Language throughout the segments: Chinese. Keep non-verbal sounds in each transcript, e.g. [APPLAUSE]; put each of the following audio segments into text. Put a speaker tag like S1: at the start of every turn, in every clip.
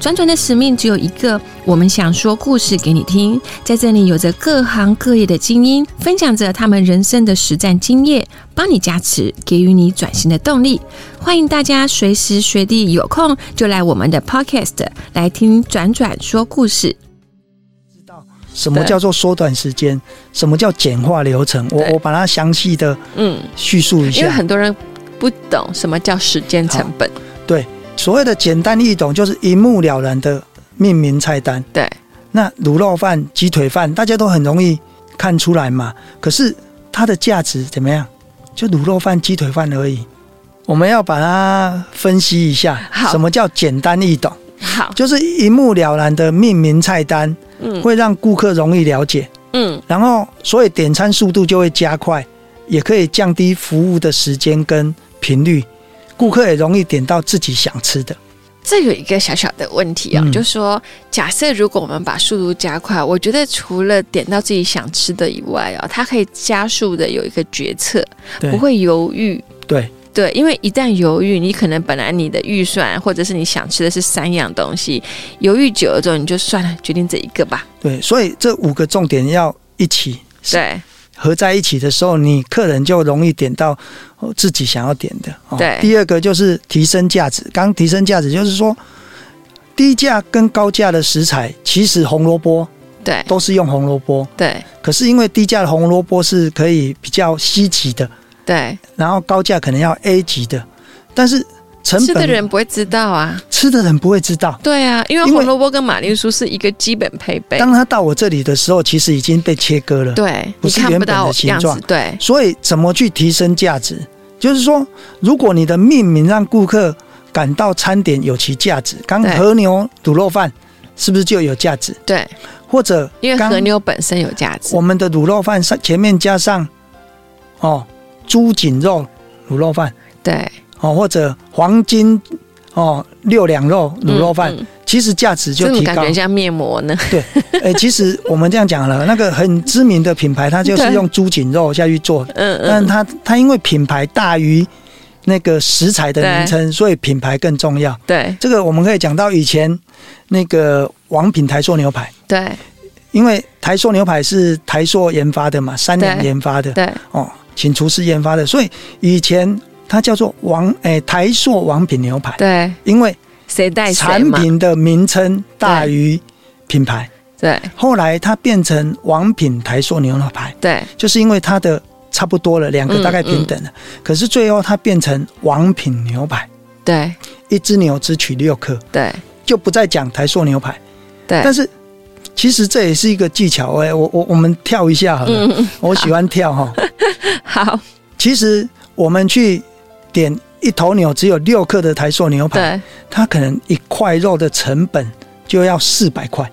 S1: 转转的使命只有一个，我们想说故事给你听。在这里，有着各行各业的精英，分享着他们人生的实战经验，帮你加持，给予你转型的动力。欢迎大家随时随地有空就来我们的 Podcast 来听转转说故事。
S2: 什么叫做缩短时间？什么叫简化流程？我
S3: 对
S2: 我把它详细的
S3: 嗯，
S2: 叙述一
S3: 因为
S2: 下。
S3: 很多人不懂什么叫时间成本，
S2: 所谓的简单易懂，就是一目了然的命名菜单。
S3: 对，
S2: 那卤肉饭、鸡腿饭，大家都很容易看出来嘛。可是它的价值怎么样？就卤肉饭、鸡腿饭而已。我们要把它分析一下，
S3: 好
S2: 什么叫简单易懂？
S3: 好，
S2: 就是一目了然的命名菜单，
S3: 嗯
S2: 会让顾客容易了解。
S3: 嗯，
S2: 然后所以点餐速度就会加快，也可以降低服务的时间跟频率，顾客也容易点到自己想吃的。
S3: 这有一个小小的问题啊、
S2: 嗯
S3: 就说假设如果我们把速度加快，我觉得除了点到自己想吃的以外啊，它可以加速的有一个决策，
S2: 对
S3: 不会犹豫。
S2: 对
S3: 对，因为一旦犹豫，你可能本来你的预算或者是你想吃的是三样东西，犹豫久了之后，你就算了，决定这一个吧。
S2: 对，所以这五个重点要一起
S3: 对
S2: 合在一起的时候，你客人就容易点到哦自己想要点的。哦
S3: 对
S2: 第二个就是提升价值。刚提升价值就是说，低价跟高价的食材，其实红萝卜
S3: 对
S2: 都是用红萝卜，
S3: 对
S2: 可是因为低价的红萝卜是可以比较稀奇的，
S3: 对，
S2: 然后高价可能要 A 级的，但是成
S3: 吃
S2: 本
S3: 的人不会知道啊。
S2: 吃的人不会知道。
S3: 对啊，因为
S2: 因为
S3: 红萝卜跟马铃薯是一个基本配备。
S2: 当他到我这里的时候，其实已经被切割了。
S3: 对，
S2: 不
S3: 你
S2: 是
S3: 看
S2: 原
S3: 不
S2: 本
S3: 到
S2: 的形
S3: 样
S2: 状
S3: 子。对
S2: 所以怎么去提升价值？就是说，如果你的命名让顾客感到餐点有其价值，刚
S3: 对
S2: 和牛卤肉饭是不是就有价值？
S3: 对，
S2: 或者
S3: 因为
S2: 刚
S3: 和牛本身有价值
S2: 我。们的卤肉饭上前面加上哦猪颈肉卤肉饭
S3: 对，
S2: 哦，或者黄金哦六两肉卤肉饭，
S3: 嗯嗯
S2: 其实价值就
S3: 这
S2: 提
S3: 种
S2: 高。
S3: 感觉像面膜
S2: [LAUGHS]
S3: 呢。 [LAUGHS]
S2: 哎、其实我们这样讲了，那个很知名的品牌，它就是
S3: 对
S2: 用猪颈肉下去做的，
S3: 嗯
S2: 但
S3: 嗯，
S2: 它它因为品牌大于那个食材的名称，所以品牌更重要。
S3: 对
S2: 这个我们可以讲到以前那个王品台塑牛排，
S3: 对
S2: 因为台塑牛排是台塑研发的嘛，三菱
S3: 对
S2: 研发的
S3: 对
S2: 哦，请厨师研发的，所以以前它叫做王哎、台塑王品牛排，
S3: 对，
S2: 因为
S3: 谁带谁
S2: 产
S3: 嘛。
S2: 品的名称大
S3: 对
S2: 于品牌。
S3: 对
S2: 后来它变成王品台塑牛肉排，
S3: 对
S2: 就是因为它的差不多了，两个
S3: 嗯
S2: 大概平等了。可是最后它变成王品牛排，
S3: 对
S2: 一只牛只取六克，
S3: 对
S2: 就不再讲台塑牛排。
S3: 对。
S2: 但是其实这也是一个技巧哎、我我我们跳一下好了，
S3: 嗯，嗯
S2: 我喜欢跳
S3: [LAUGHS]
S2: 哈。
S3: 好，
S2: 其实我们去点一头牛只有六克的台塑牛排，
S3: 对，
S2: 它可能一块肉的成本就要四百块。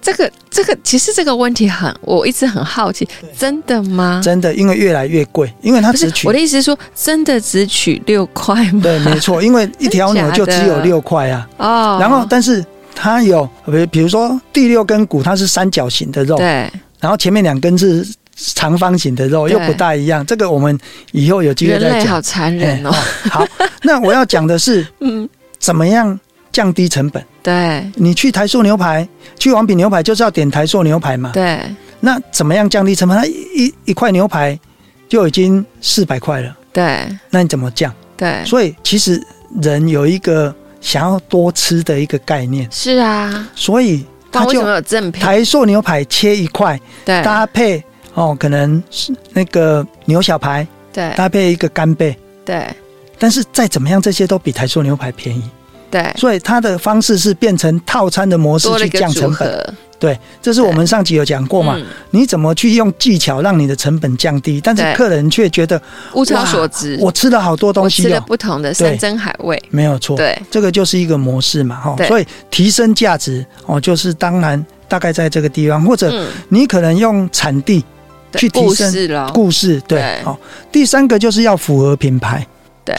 S3: 这个这个其实这个问题很，我一直很好奇，真的吗？
S2: 真的，因为越来越贵，因为它
S3: 啊不
S2: 只
S3: 是
S2: 取
S3: 我的意思是说，真的只取六块吗？
S2: [LAUGHS] 对，没错，因为一条牛就只有六块啊。
S3: 哦，
S2: 然后，但是它有，比比如说第六根骨，它是三角形的肉，
S3: 对，
S2: 然后前面两根是长方形的肉，
S3: 对
S2: 又不大一样。这个我们以后有机会
S3: 人
S2: 再
S3: 类
S2: 讲
S3: 好。残忍哦。
S2: 哎好，那我要讲的是
S3: [LAUGHS] 嗯，
S2: 怎么样降低成本。
S3: 对
S2: 你去台塑牛排，去王品牛排就是要点台塑牛排嘛。
S3: 对
S2: 那怎么样降低成本？它一一一块牛排就已经四百块了，
S3: 对
S2: 那你怎么降？
S3: 对，
S2: 所以其实人有一个想要多吃的一个概念，
S3: 是啊。
S2: 所以
S3: 不然
S2: 他
S3: 为什
S2: 就
S3: 么有哎赠品？
S2: 台塑牛排切一块，
S3: 对
S2: 搭配哦，可能是那个牛小排，
S3: 对
S2: 搭配一个干贝。
S3: 对
S2: 但是再怎么样，这些都比台塑牛排便宜，
S3: 对，
S2: 所以它的方式是变成套餐的模式
S3: 哎多了
S2: 去
S3: 一个
S2: 降
S3: 组
S2: 成本。
S3: 合
S2: 对，这是我们上集有讲过嘛？
S3: 嗯
S2: 你怎么去用技巧让你的成本降低？但是
S3: 对
S2: 客人却觉得
S3: 物超所值。
S2: 我吃了好多东
S3: 我吃
S2: 西
S3: 了
S2: 哦，
S3: 不同的
S2: 对哦
S3: 山珍海味，
S2: 没有错。
S3: 对
S2: 这个就是一个模式嘛，哈、
S3: 对
S2: 所以提升价值哦，就是当然大概在这个地方，或者
S3: 嗯，
S2: 你可能用产地
S3: 对
S2: 去提
S3: 故
S2: 升
S3: 事咯，
S2: 故事，对
S3: 哦对，
S2: 哦。第三个就是要符合品牌，
S3: 对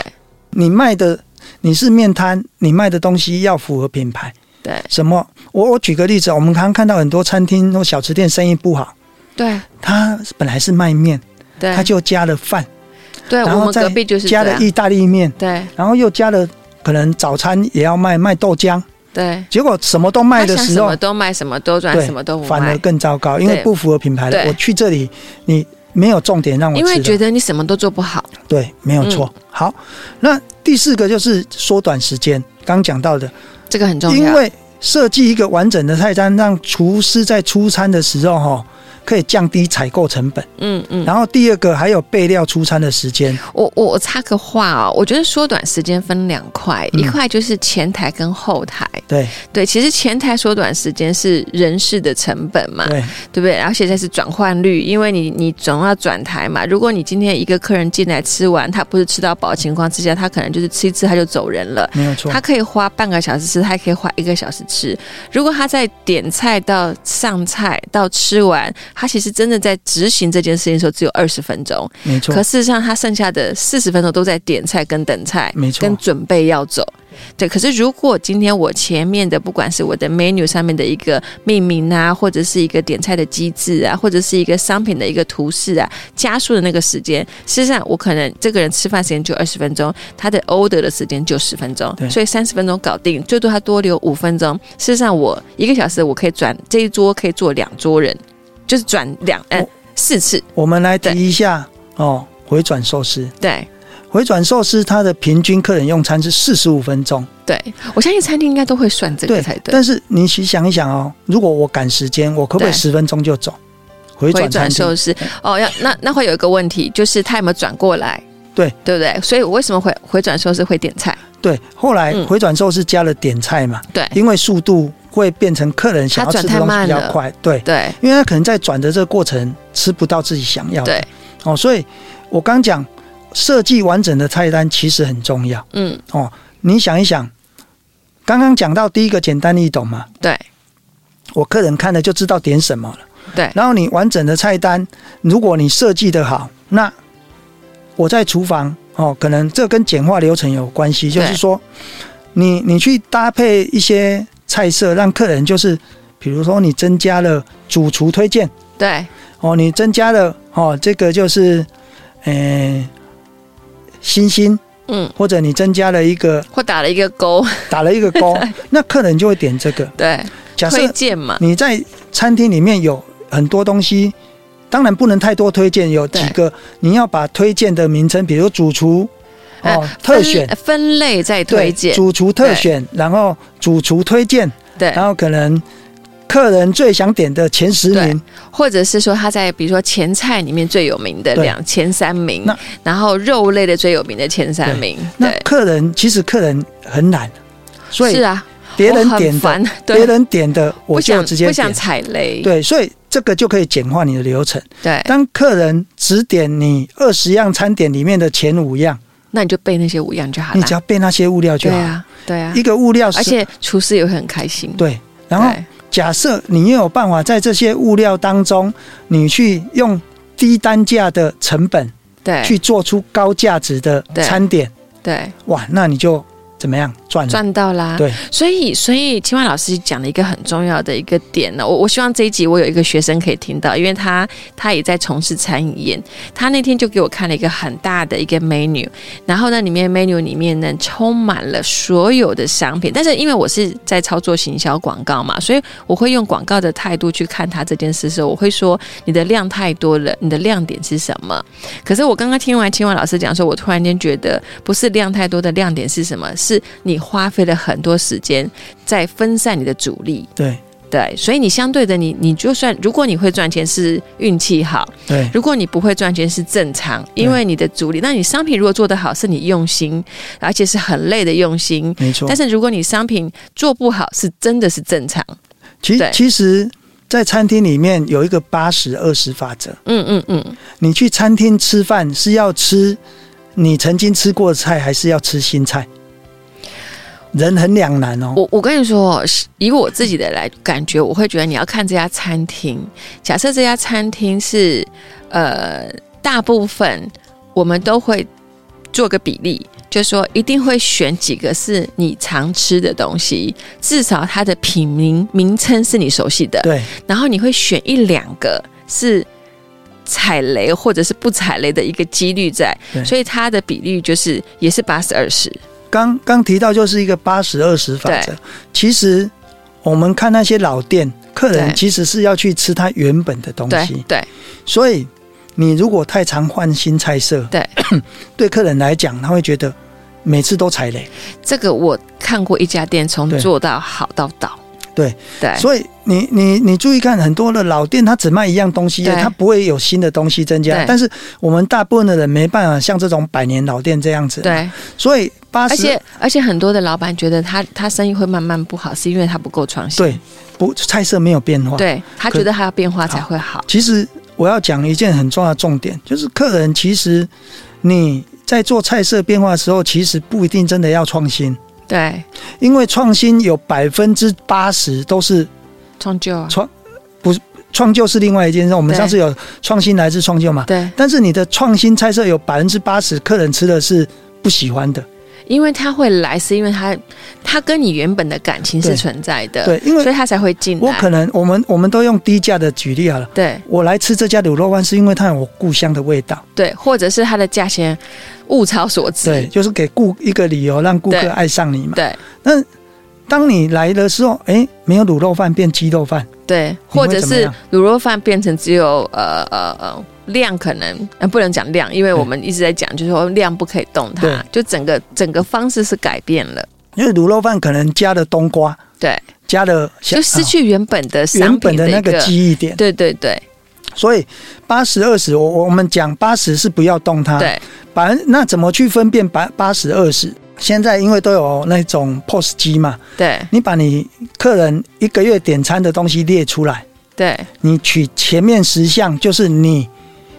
S2: 你卖的你是面摊，你卖的东西要符合品牌。
S3: 对
S2: 什么？我我举个例子，我们常常看到很多餐厅或小吃店生意不好，
S3: 对
S2: 他本来是卖面，
S3: 对
S2: 他就加了饭，
S3: 对，
S2: 然
S3: 我
S2: 后
S3: 们
S2: 再
S3: 隔壁就是
S2: 加
S3: 这
S2: 了
S3: 样
S2: 意大利面，
S3: 对
S2: 然后又加了可能早餐也要卖卖豆浆，
S3: 对，
S2: 结果什么都卖的
S3: 他想
S2: 时
S3: 什
S2: 候
S3: 么，都卖，什么都赚，
S2: 对
S3: 什么都不
S2: 反而
S3: 卖，
S2: 更糟糕，因为
S3: 对
S2: 不符合品牌的。
S3: 对
S2: 我去这里，你没有重点让我
S3: 因为
S2: 吃
S3: 觉
S2: 的，
S3: 得嗯你什么都做不好。
S2: 对，没有错。好，那第四个就是缩短时间，刚讲到的，
S3: 这个很重要，
S2: 因为设计一个完整的菜单，让厨师在出餐的时候哈、哦可以降低采购成本。
S3: 嗯嗯，
S2: 然后第二个还有备料出餐的时间，
S3: 我我我插个话哦，我觉得缩短时间分两块，
S2: 嗯
S3: 一块就是前台跟后台，
S2: 对
S3: 对，其实前台缩短时间是人事的成本嘛，
S2: 对
S3: 对不对？而且再是转换率，因为你你总要转台嘛。如果你今天一个客人进来吃完，他不是吃到饱的情况之下，他可能就是吃一次他就走人了。
S2: 没有错
S3: 他，可以花半个小时吃，他还可以花一个小时吃。如果他在点菜到上菜到吃完，他其实真的在执行这件事情的时候只有二十分钟，
S2: 没错
S3: 可，事实上他剩下的四十分钟都在点菜跟等菜，
S2: 没错
S3: 跟准备要走。对，可是如果今天我前面的不管是我的 menu 上面的一个命名啊，或者是一个点菜的机制啊，或者是一个商品的一个图示啊，加速的那个时间，事实上我可能这个人吃饭时间就二十分钟，他的 order 的时间就十分钟
S2: 对，
S3: 所以三十分钟搞定，最多他多留五分钟。事实上我一个小时我可以转这一桌可以坐两桌人，就是转两嗯、
S2: 我
S3: 四次，
S2: 我们来提一下哦，回转寿司。
S3: 对。
S2: 回转寿司它的平均客人用餐是四十五分钟，
S3: 对，我相信餐厅应该都会算这个才对。
S2: 但是你去想一想哦，如果我赶时间，我可不可以
S3: 对
S2: 十分钟就走？回
S3: 回
S2: 转
S3: 转
S2: 餐厅
S3: 寿司哦，要那那会有一个问题，就是他有没有转过来？
S2: 对
S3: 对不对？所以我为什么回回转寿司会点菜？
S2: 对，后来
S3: 嗯
S2: 回转寿司加了点菜嘛，
S3: 对
S2: 因为速度会变成客人想要吃的
S3: 它转太
S2: 东西
S3: 慢
S2: 比
S3: 了
S2: 较快，对，
S3: 对
S2: 因为他可能在转的这个过程吃不到自己想要的，
S3: 对，
S2: 哦，所以我刚讲设计完整的菜单其实很重要。
S3: 嗯，
S2: 你想一想，刚刚讲到第一个简单易懂嘛，
S3: 对
S2: 我客人看了就知道点什么了。
S3: 对
S2: 然后你完整的菜单，如果你设计的好，那我在厨房哦，可能这跟简化流程有关系，就
S3: 对
S2: 是说，你你去搭配一些菜色，让客人就是，比如说你增加了主厨推荐
S3: 对
S2: 哦，你增加了哦，这个就是，呃，星星，
S3: 嗯，
S2: 或者你增加了一个
S3: 或打了一个勾，
S2: 打了一个
S3: [LAUGHS]
S2: 勾，那客人就会点这个。
S3: 对，
S2: 假设
S3: 推荐嘛，
S2: 你在餐厅里面有很多东西，当然不能太多推荐，有几个你要把推荐的名称，比如主厨
S3: 呃
S2: 哦特选
S3: 分分类再推
S2: 对
S3: 荐，
S2: 主厨特选，然后主厨推荐，
S3: 对
S2: 然，后可能客人最想点的前十名，
S3: 或者是说他在比如说前菜里面最有名的
S2: 对
S3: 两前三名
S2: 那，
S3: 然后肉类的最有名的前三名，
S2: 那
S3: 对，
S2: 客人其实客人很懒，所
S3: 是
S2: 以
S3: 啊，
S2: 别人
S3: 我很
S2: 点的
S3: 烦，
S2: 别
S3: 对，
S2: 人点的我
S3: 不
S2: 就
S3: 想
S2: 直接
S3: 不想
S2: 点，
S3: 踩雷，
S2: 对，所以这个就可以简化你的流程。
S3: 对，
S2: 当客人只点你二十样餐点里面的前五样，
S3: 那你就备那些五样就好
S2: 你
S3: 了
S2: 只。要备那些物料就
S3: 对
S2: 好。
S3: 啊，对啊
S2: 一，个物料是，
S3: 而且厨师也会很开心。
S2: 对，然后
S3: 对
S2: 假设你又有办法在这些物料当中，你去用低单价的成本
S3: 对
S2: 去做出高价值的
S3: 对
S2: 餐点，
S3: 对，
S2: 哇，那你就怎么样赚了？
S3: 赚到啦。
S2: 对，
S3: 所以所以青蛙老师讲了一个很重要的一个点呢，我我希望这一集我有一个学生可以听到，因为他他也在从事餐饮业，他那天就给我看了一个很大的一个 menu，然后呢里面 menu 里面呢充满了所有的商品，但是因为我是在操作行销广告嘛，所以我会用广告的态度去看他这件事的时候，我会说你的量太多了，你的亮点是什么？可是我刚刚听完青蛙老师讲说，我突然间觉得不是量太多的亮点是什么？是你花费了很多时间在分散你的主力。
S2: 对
S3: 对，所以你相对的你，你就算如果你会赚钱是运气好，
S2: 对
S3: 如果你不会赚钱是正常，因为你的主力。那你商品如果做得好，是你用心，而且是很累的用心。
S2: 没错
S3: 但。是如果你商品做不好，是真的是正常。
S2: 其
S3: 对
S2: 其实，在餐厅里面有一个八十二十法则，
S3: 嗯嗯嗯，
S2: 你去餐厅吃饭是要吃你曾经吃过的菜，还是要吃新菜？人很两难哦。
S3: 我我跟你说，以我自己的来感觉，我会觉得你要看这家餐厅。假设这家餐厅是呃，大部分我们都会做个比例，就说一定会选几个是你常吃的东西，至少它的品名名称是你熟悉的，
S2: 对，
S3: 然后你会选一两个是踩雷或者是不踩雷的一个几率在，
S2: 对
S3: 所以它的比率就是也是八十二十，
S2: 刚刚提到就是一个八十二十法则。其实我们看那些老店，客人
S3: 对
S2: 其实是要去吃他原本的东
S3: 对
S2: 西，
S3: 对
S2: 所以你如果太常换新菜色，
S3: 对，
S2: [CLEARS THROAT] 对客人来讲，他会觉得每次都踩雷。
S3: 这个我看过一家店从
S2: 对
S3: 做到好到倒，
S2: 对
S3: 对
S2: 所以你你你注意看，很多的老店它只卖一样东西，
S3: 对
S2: 它不会有新的东西增加
S3: 对。
S2: 但是我们大部分的人没办法像这种百年老店这样子，，
S3: 对，
S2: 所以八
S3: 而
S2: 十
S3: 且而且很多的老板觉得他他生意会慢慢不好，是因为他不够创新，
S2: 对不菜色没有变化，
S3: 对他
S2: 可
S3: 觉得他要变化才会好，
S2: 其实我要讲一件很重要的重点，就是客人其实你在做菜色变化的时候，其实不一定真的要创新，
S3: 对，
S2: 因为创新有百分之八十都是
S3: 创旧啊，
S2: 创旧是另外一件事。我们
S3: 对
S2: 上次有创新来自创旧嘛，
S3: 对，
S2: 但是你的创新菜色有百分之八十客人吃的是不喜欢的，
S3: 因为他会来是因为他他跟你原本的感情是
S2: 对
S3: 存在的，
S2: 对，因
S3: 所
S2: 为
S3: 以他才会进
S2: 我可
S3: 来，
S2: 能我们我们都用低价的举例好了。
S3: 对
S2: 我来吃这家卤肉饭是因为它有我故乡的味道，
S3: 对，或者是他的价钱物超所值，
S2: 对，就是给顾一个理由让顾
S3: 对
S2: 客爱上你嘛。
S3: 对
S2: 当你来的时候，哎，没有卤肉饭变鸡肉饭，
S3: 对，或者
S2: 怎么
S3: 是
S2: 样
S3: 卤肉饭变成只有呃呃呃量可能、呃、不能讲量，因为我们一直在讲，就是说量不可以动它
S2: 对，
S3: 就整个整个方式是改变了，
S2: 因为卤肉饭可能加了冬瓜，
S3: 对，
S2: 加了
S3: 就失
S2: 啊
S3: 去原本的商
S2: 原
S3: 品
S2: 本的
S3: 一
S2: 那
S3: 个
S2: 个记忆点。
S3: 对对对
S2: 所以八十二十，我我我们讲八十是不要动它，
S3: 对
S2: 百分那怎么去分辨百八十二十？现在因为都有那种 POS 机嘛，
S3: 对
S2: 你把你客人一个月点餐的东西列出来，
S3: 对，
S2: 你取前面十项，就是你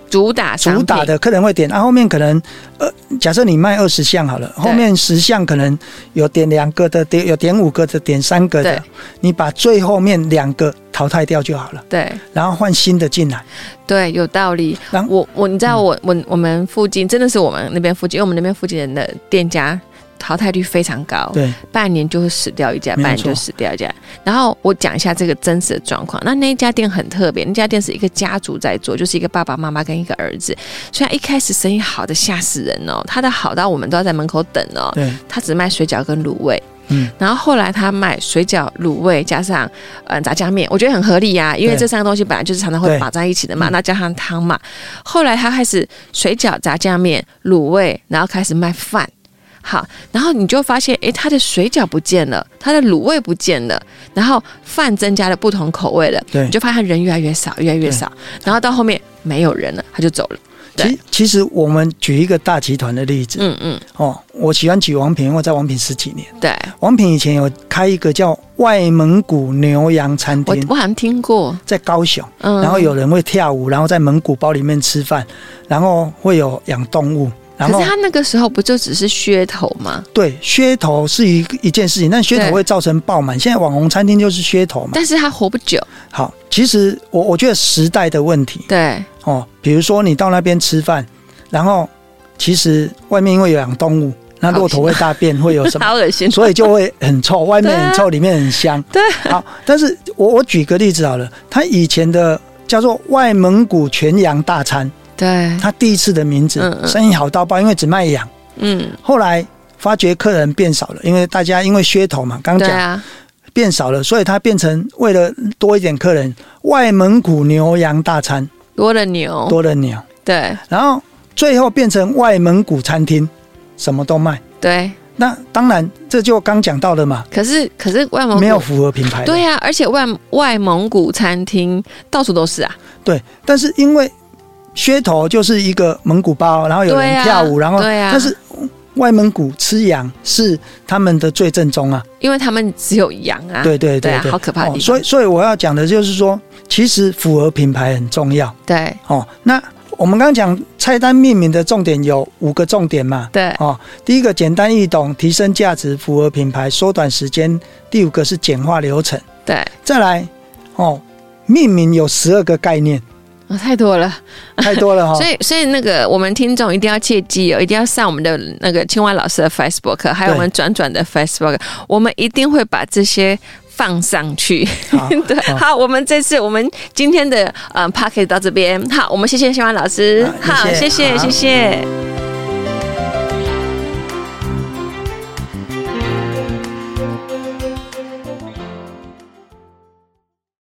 S3: 主打商
S2: 主
S3: 品
S2: 打的客人会点，啊，后面可能呃，假设你卖二十项好了，后面十项可能有点两个的，点有点五个的，点三个
S3: 对
S2: 的，你把最后面两个淘汰掉就好了，
S3: 对
S2: 然后换新的进来。
S3: 对，有道理
S2: 然。后
S3: 我我你知
S2: 嗯
S3: 道我我我们附近真的是我们那边附近，因为我们那边附近人的店家淘汰率非常高，
S2: 对
S3: 半年就会死掉一家，
S2: 没有
S3: 半年就
S2: 错
S3: 死掉一家。然后我讲一下这个真实的状况。那那一家店很特别，那家店是一个家族在做，就是一个爸爸妈妈跟一个儿子。虽然一开始生意好的吓死人哦，他的好到我们都要在门口等哦。
S2: 对，
S3: 他只卖水饺跟卤味，
S2: 嗯，
S3: 然后后来他卖水饺、卤味加上呃炸酱面，我觉得很合理呀、因为
S2: 对
S3: 这三个东西本来就是常常会
S2: 对
S3: 绑在一起的嘛，
S2: 嗯
S3: 那加上汤嘛。后来他开始水饺、炸酱面、卤味，然后开始卖饭。好，然后你就发现，诶，他的水饺不见了，他的卤味不见了，然后饭增加了不同口味了，
S2: 对
S3: 你就发现人越来越少，越来越少，然后到后面没有人了，他就走了。对
S2: 其其实我们举一个大集团的例子、
S3: 嗯嗯，
S2: 哦，我喜欢举王品，因为我在王品十几年，
S3: 对
S2: 王品以前有开一个叫外蒙古牛羊餐
S3: 我
S2: 厅，
S3: 我好像听过，
S2: 在高雄。
S3: 嗯，
S2: 嗯然后有人会跳舞，然后在蒙古包里面吃饭，然后会有养动物，然
S3: 可
S2: 后
S3: 是他那个时候不就只是噱头吗？
S2: 对噱头是一一件事情，但噱
S3: 对
S2: 头会造成爆满。现在网红餐厅就是噱头嘛。
S3: 但是他活不久，
S2: 好，其实我我觉得时代的问题
S3: 对
S2: 哦，比如说你到那边吃饭，然后其实外面因为有养动物，那
S3: 好
S2: 骆驼会大便，会有什么？
S3: [LAUGHS] 好恶心。
S2: 所以就会很臭，外面很
S3: 对
S2: 臭，里面很香。
S3: 对，啊
S2: 好，但是我我举个例子好了，他以前的叫做外蒙古全羊大餐，
S3: 对，
S2: 他第一次的名字，
S3: 嗯嗯
S2: 生意好到爆，因为只卖羊。
S3: 嗯，
S2: 后来发觉客人变少了，因为大家因为噱头嘛，刚
S3: 对
S2: 讲、
S3: 啊，
S2: 变少了，所以他变成为了多一点客人，外蒙古牛羊大餐
S3: 多了牛，
S2: 多了牛，
S3: 对
S2: 然后最后变成外蒙古餐厅，什么都卖。
S3: 对。
S2: 那当然，这就刚讲到的嘛，
S3: 可是可是外蒙
S2: 没有
S3: 古，
S2: 符合品牌的。
S3: 对啊，而且外外蒙古餐厅到处都是啊，
S2: 对，但是因为噱头就是一个蒙古包，然后有
S3: 对
S2: 人
S3: 啊
S2: 跳舞，然后、
S3: 对啊
S2: 但是外蒙古吃羊是他们的最正宗啊。
S3: 因为他们只有羊啊，
S2: 对对
S3: 对
S2: 对
S3: 啊好可怕的地
S2: 哦
S3: 方
S2: 所以所以我要讲的就是说，其实符合品牌很重要
S3: 对
S2: 哦。那我们刚刚讲菜单命名的重点有五个重点嘛？
S3: 对
S2: 哦，第一个简单易懂，提升价值，符合品牌，缩短时间；第五个是简化流程。
S3: 对
S2: 再来哦，命名有十二个概念，
S3: 哦太多了。
S2: 太多了哈、
S3: [LAUGHS] 所以，所以那个我们听众一定要切记哦，一定要上我们的那个青蛙老师的 Facebook，还有我们转转的 Facebook，我们一定会把这些。放上去，
S2: 好
S3: [LAUGHS] 对，
S2: 好
S3: 好，我们这次我们今天的呃 p a c k e t 到这边，好，我们谢谢青蛙老师
S2: 好，
S3: 好，谢
S2: 谢谢
S3: 谢，
S2: 好
S3: 谢谢